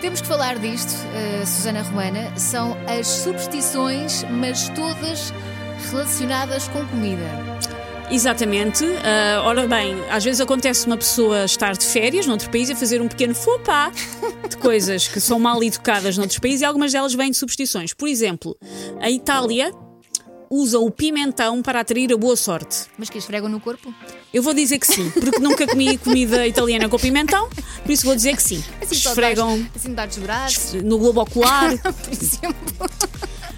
Temos que falar disto, eh, Susana Ruana. São as superstições, mas todas relacionadas com comida. Exatamente. Ah, ora bem, às vezes acontece uma pessoa estar de férias noutro país e fazer um pequeno fopá de coisas que são mal educadas noutros países e algumas delas vêm de substituições. Por exemplo, a Itália usa o pimentão para atrair a boa sorte. Mas que esfregam no corpo? Eu vou dizer que sim, porque nunca comi comida italiana com pimentão, por isso vou dizer que sim. só Esfregam dás- Assim me dá os braços, no globo ocular. por exemplo.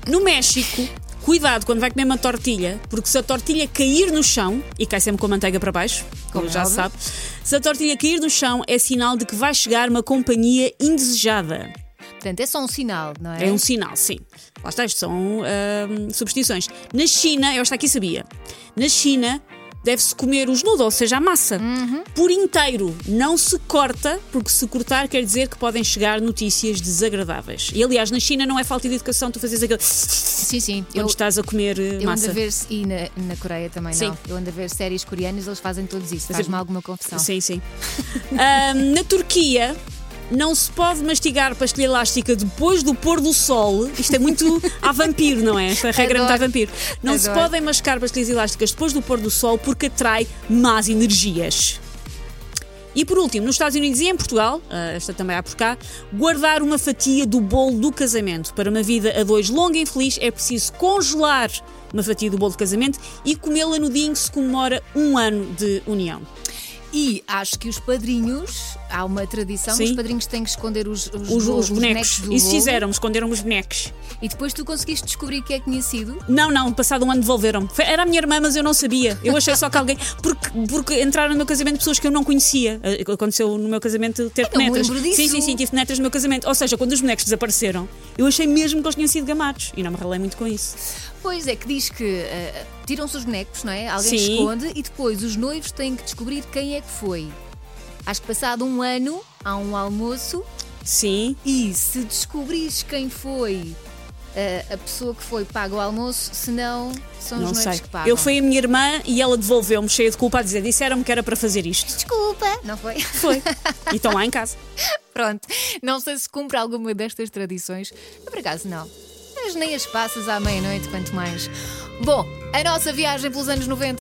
No México, cuidado quando vai comer uma tortilha, porque se a tortilha cair no chão, e cai sempre com a manteiga para baixo, como, Como é já se óbvio. sabe, se a tortilha cair no chão, é sinal de que vai chegar uma companhia indesejada. Portanto, é só um sinal, não é? É um sinal, sim. Lá está, isto são ahm, substituições. Na China, eu esta aqui sabia, na China deve-se comer os noodles, ou seja, a massa, Uhum. por inteiro. Não se corta, porque se cortar quer dizer que podem chegar notícias desagradáveis. E aliás, na China não é falta de educação tu fazes aquele Sim, sim. quando Eu, estás a comer eh, eu ando a massa. ver, e na, na Coreia também não. Sim. Eu ando a ver séries coreanas, eles fazem todos isso. Faz-me alguma confusão. Sim, sim. Ahm, na Turquia. Não se pode mastigar pastilha elástica depois do pôr do sol. Isto é muito a vampiro, não é? Esta regra é muito a Adoro. vampiro. Não se Adoro. podem mascar pastilhas elásticas depois do pôr do sol porque atrai más energias. E por último, nos Estados Unidos e em Portugal, ah, esta também há por cá, guardar uma fatia do bolo do casamento. Para uma vida a dois longa e feliz, é preciso congelar uma fatia do bolo de casamento e comê-la no dia em que se comemora um ano de união. E acho que os padrinhos, há uma tradição, Sim. os padrinhos têm que esconder os, né, os, os, bo- os bonecos. do Isso bolo. fizeram, esconderam os bonecos. E depois tu conseguiste descobrir quem é que tinha sido? Não, não, passado um ano devolveram-me. Foi- Era a minha irmã, mas eu não sabia. Eu achei só que alguém. Porque, porque entraram no meu casamento pessoas que eu não conhecia. Eh, Aconteceu no meu casamento ter não me penetras. lembro disso. Sim, sim, sim, tive penetras no meu casamento. Ou seja, quando os bonecos desapareceram, eu achei mesmo que eles tinham sido gamados. E não me ralei muito com isso. Pois é, que diz que eh, tiram-se os bonecos, não é? Alguém Sim. esconde e depois os noivos têm que descobrir quem é que foi. Acho que passado um ano há um almoço Sim. e se descobrires quem foi eh, a pessoa que foi paga o almoço, senão são Não os noivos sei. que pagam. Eu fui a minha irmã e ela devolveu-me cheia de culpa a dizer: disseram-me que era para fazer isto. Desculpa, não foi? Foi. e estão lá em casa. Pronto, não sei se cumpre alguma destas tradições. Eu, Por acaso, não. Mas nem as passas à meia-noite, quanto mais. Bom, a nossa viagem pelos anos 90